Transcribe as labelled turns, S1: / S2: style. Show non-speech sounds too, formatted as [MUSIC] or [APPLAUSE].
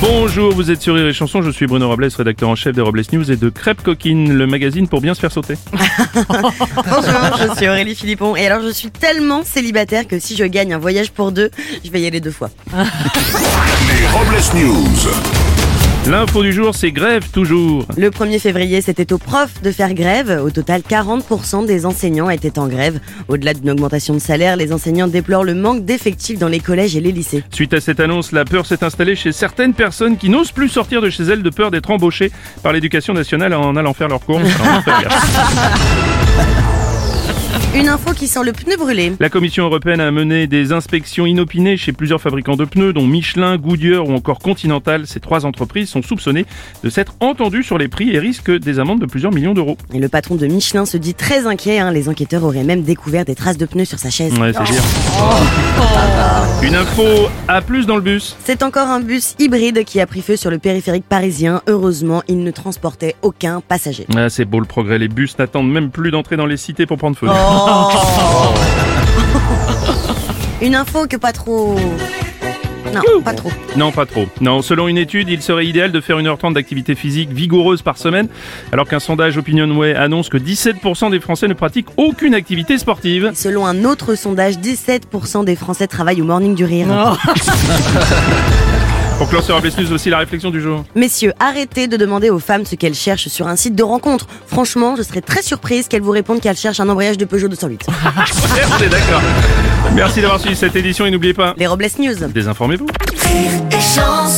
S1: Bonjour, vous êtes sur Rire et Chanson, je suis Bruno Robles, rédacteur en chef des Robles News et de Crêpe Coquine, le magazine pour bien se faire sauter.
S2: Bonjour, je suis Aurélie Philippon et alors je suis tellement célibataire que si je gagne un voyage pour deux, je vais y aller deux fois.
S3: Les Robles News.
S1: L'info du jour, c'est grève toujours.
S2: Le 1er février, c'était aux profs de faire grève. Au total, 40% des enseignants étaient en grève. Au-delà d'une augmentation de salaire, les enseignants déplorent le manque d'effectifs dans les collèges et les lycées.
S1: Suite à cette annonce, la peur s'est installée chez certaines personnes qui n'osent plus sortir de chez elles de peur d'être embauchées par l'éducation nationale en allant faire leur cours. Alors, faites gaffe.
S2: Une info qui sent le pneu brûlé.
S1: La Commission européenne a mené des inspections inopinées chez plusieurs fabricants de pneus, dont Michelin, Goodyear ou encore Continental. Ces trois entreprises sont soupçonnées de s'être entendues sur les prix et risquent des amendes de plusieurs millions d'euros.
S2: Et le patron de Michelin se dit très inquiet. hein. Les enquêteurs auraient même découvert des traces de pneus sur sa chaise.
S1: Ouais, c'est dire. Une info à plus dans le bus.
S2: C'est encore un bus hybride qui a pris feu sur le périphérique parisien. Heureusement, il ne transportait aucun passager.
S1: Ah, c'est beau le progrès, les bus n'attendent même plus d'entrer dans les cités pour prendre feu.
S2: Une info que pas trop. Non, pas trop.
S1: Non, pas trop. Non, selon une étude, il serait idéal de faire 1h30 d'activité physique vigoureuse par semaine, alors qu'un sondage Opinionway annonce que 17% des Français ne pratiquent aucune activité sportive.
S2: Et selon un autre sondage, 17% des Français travaillent au morning du rire.
S1: Pour clore sur News, aussi la réflexion du jour.
S2: Messieurs, arrêtez de demander aux femmes ce qu'elles cherchent sur un site de rencontre. Franchement, je serais très surprise qu'elles vous répondent qu'elles cherchent un embrayage de Peugeot 208.
S1: [LAUGHS] Merci, d'accord. Merci d'avoir suivi cette édition et n'oubliez pas,
S2: Les Robles News.
S1: désinformez-vous.
S4: rire et chanson.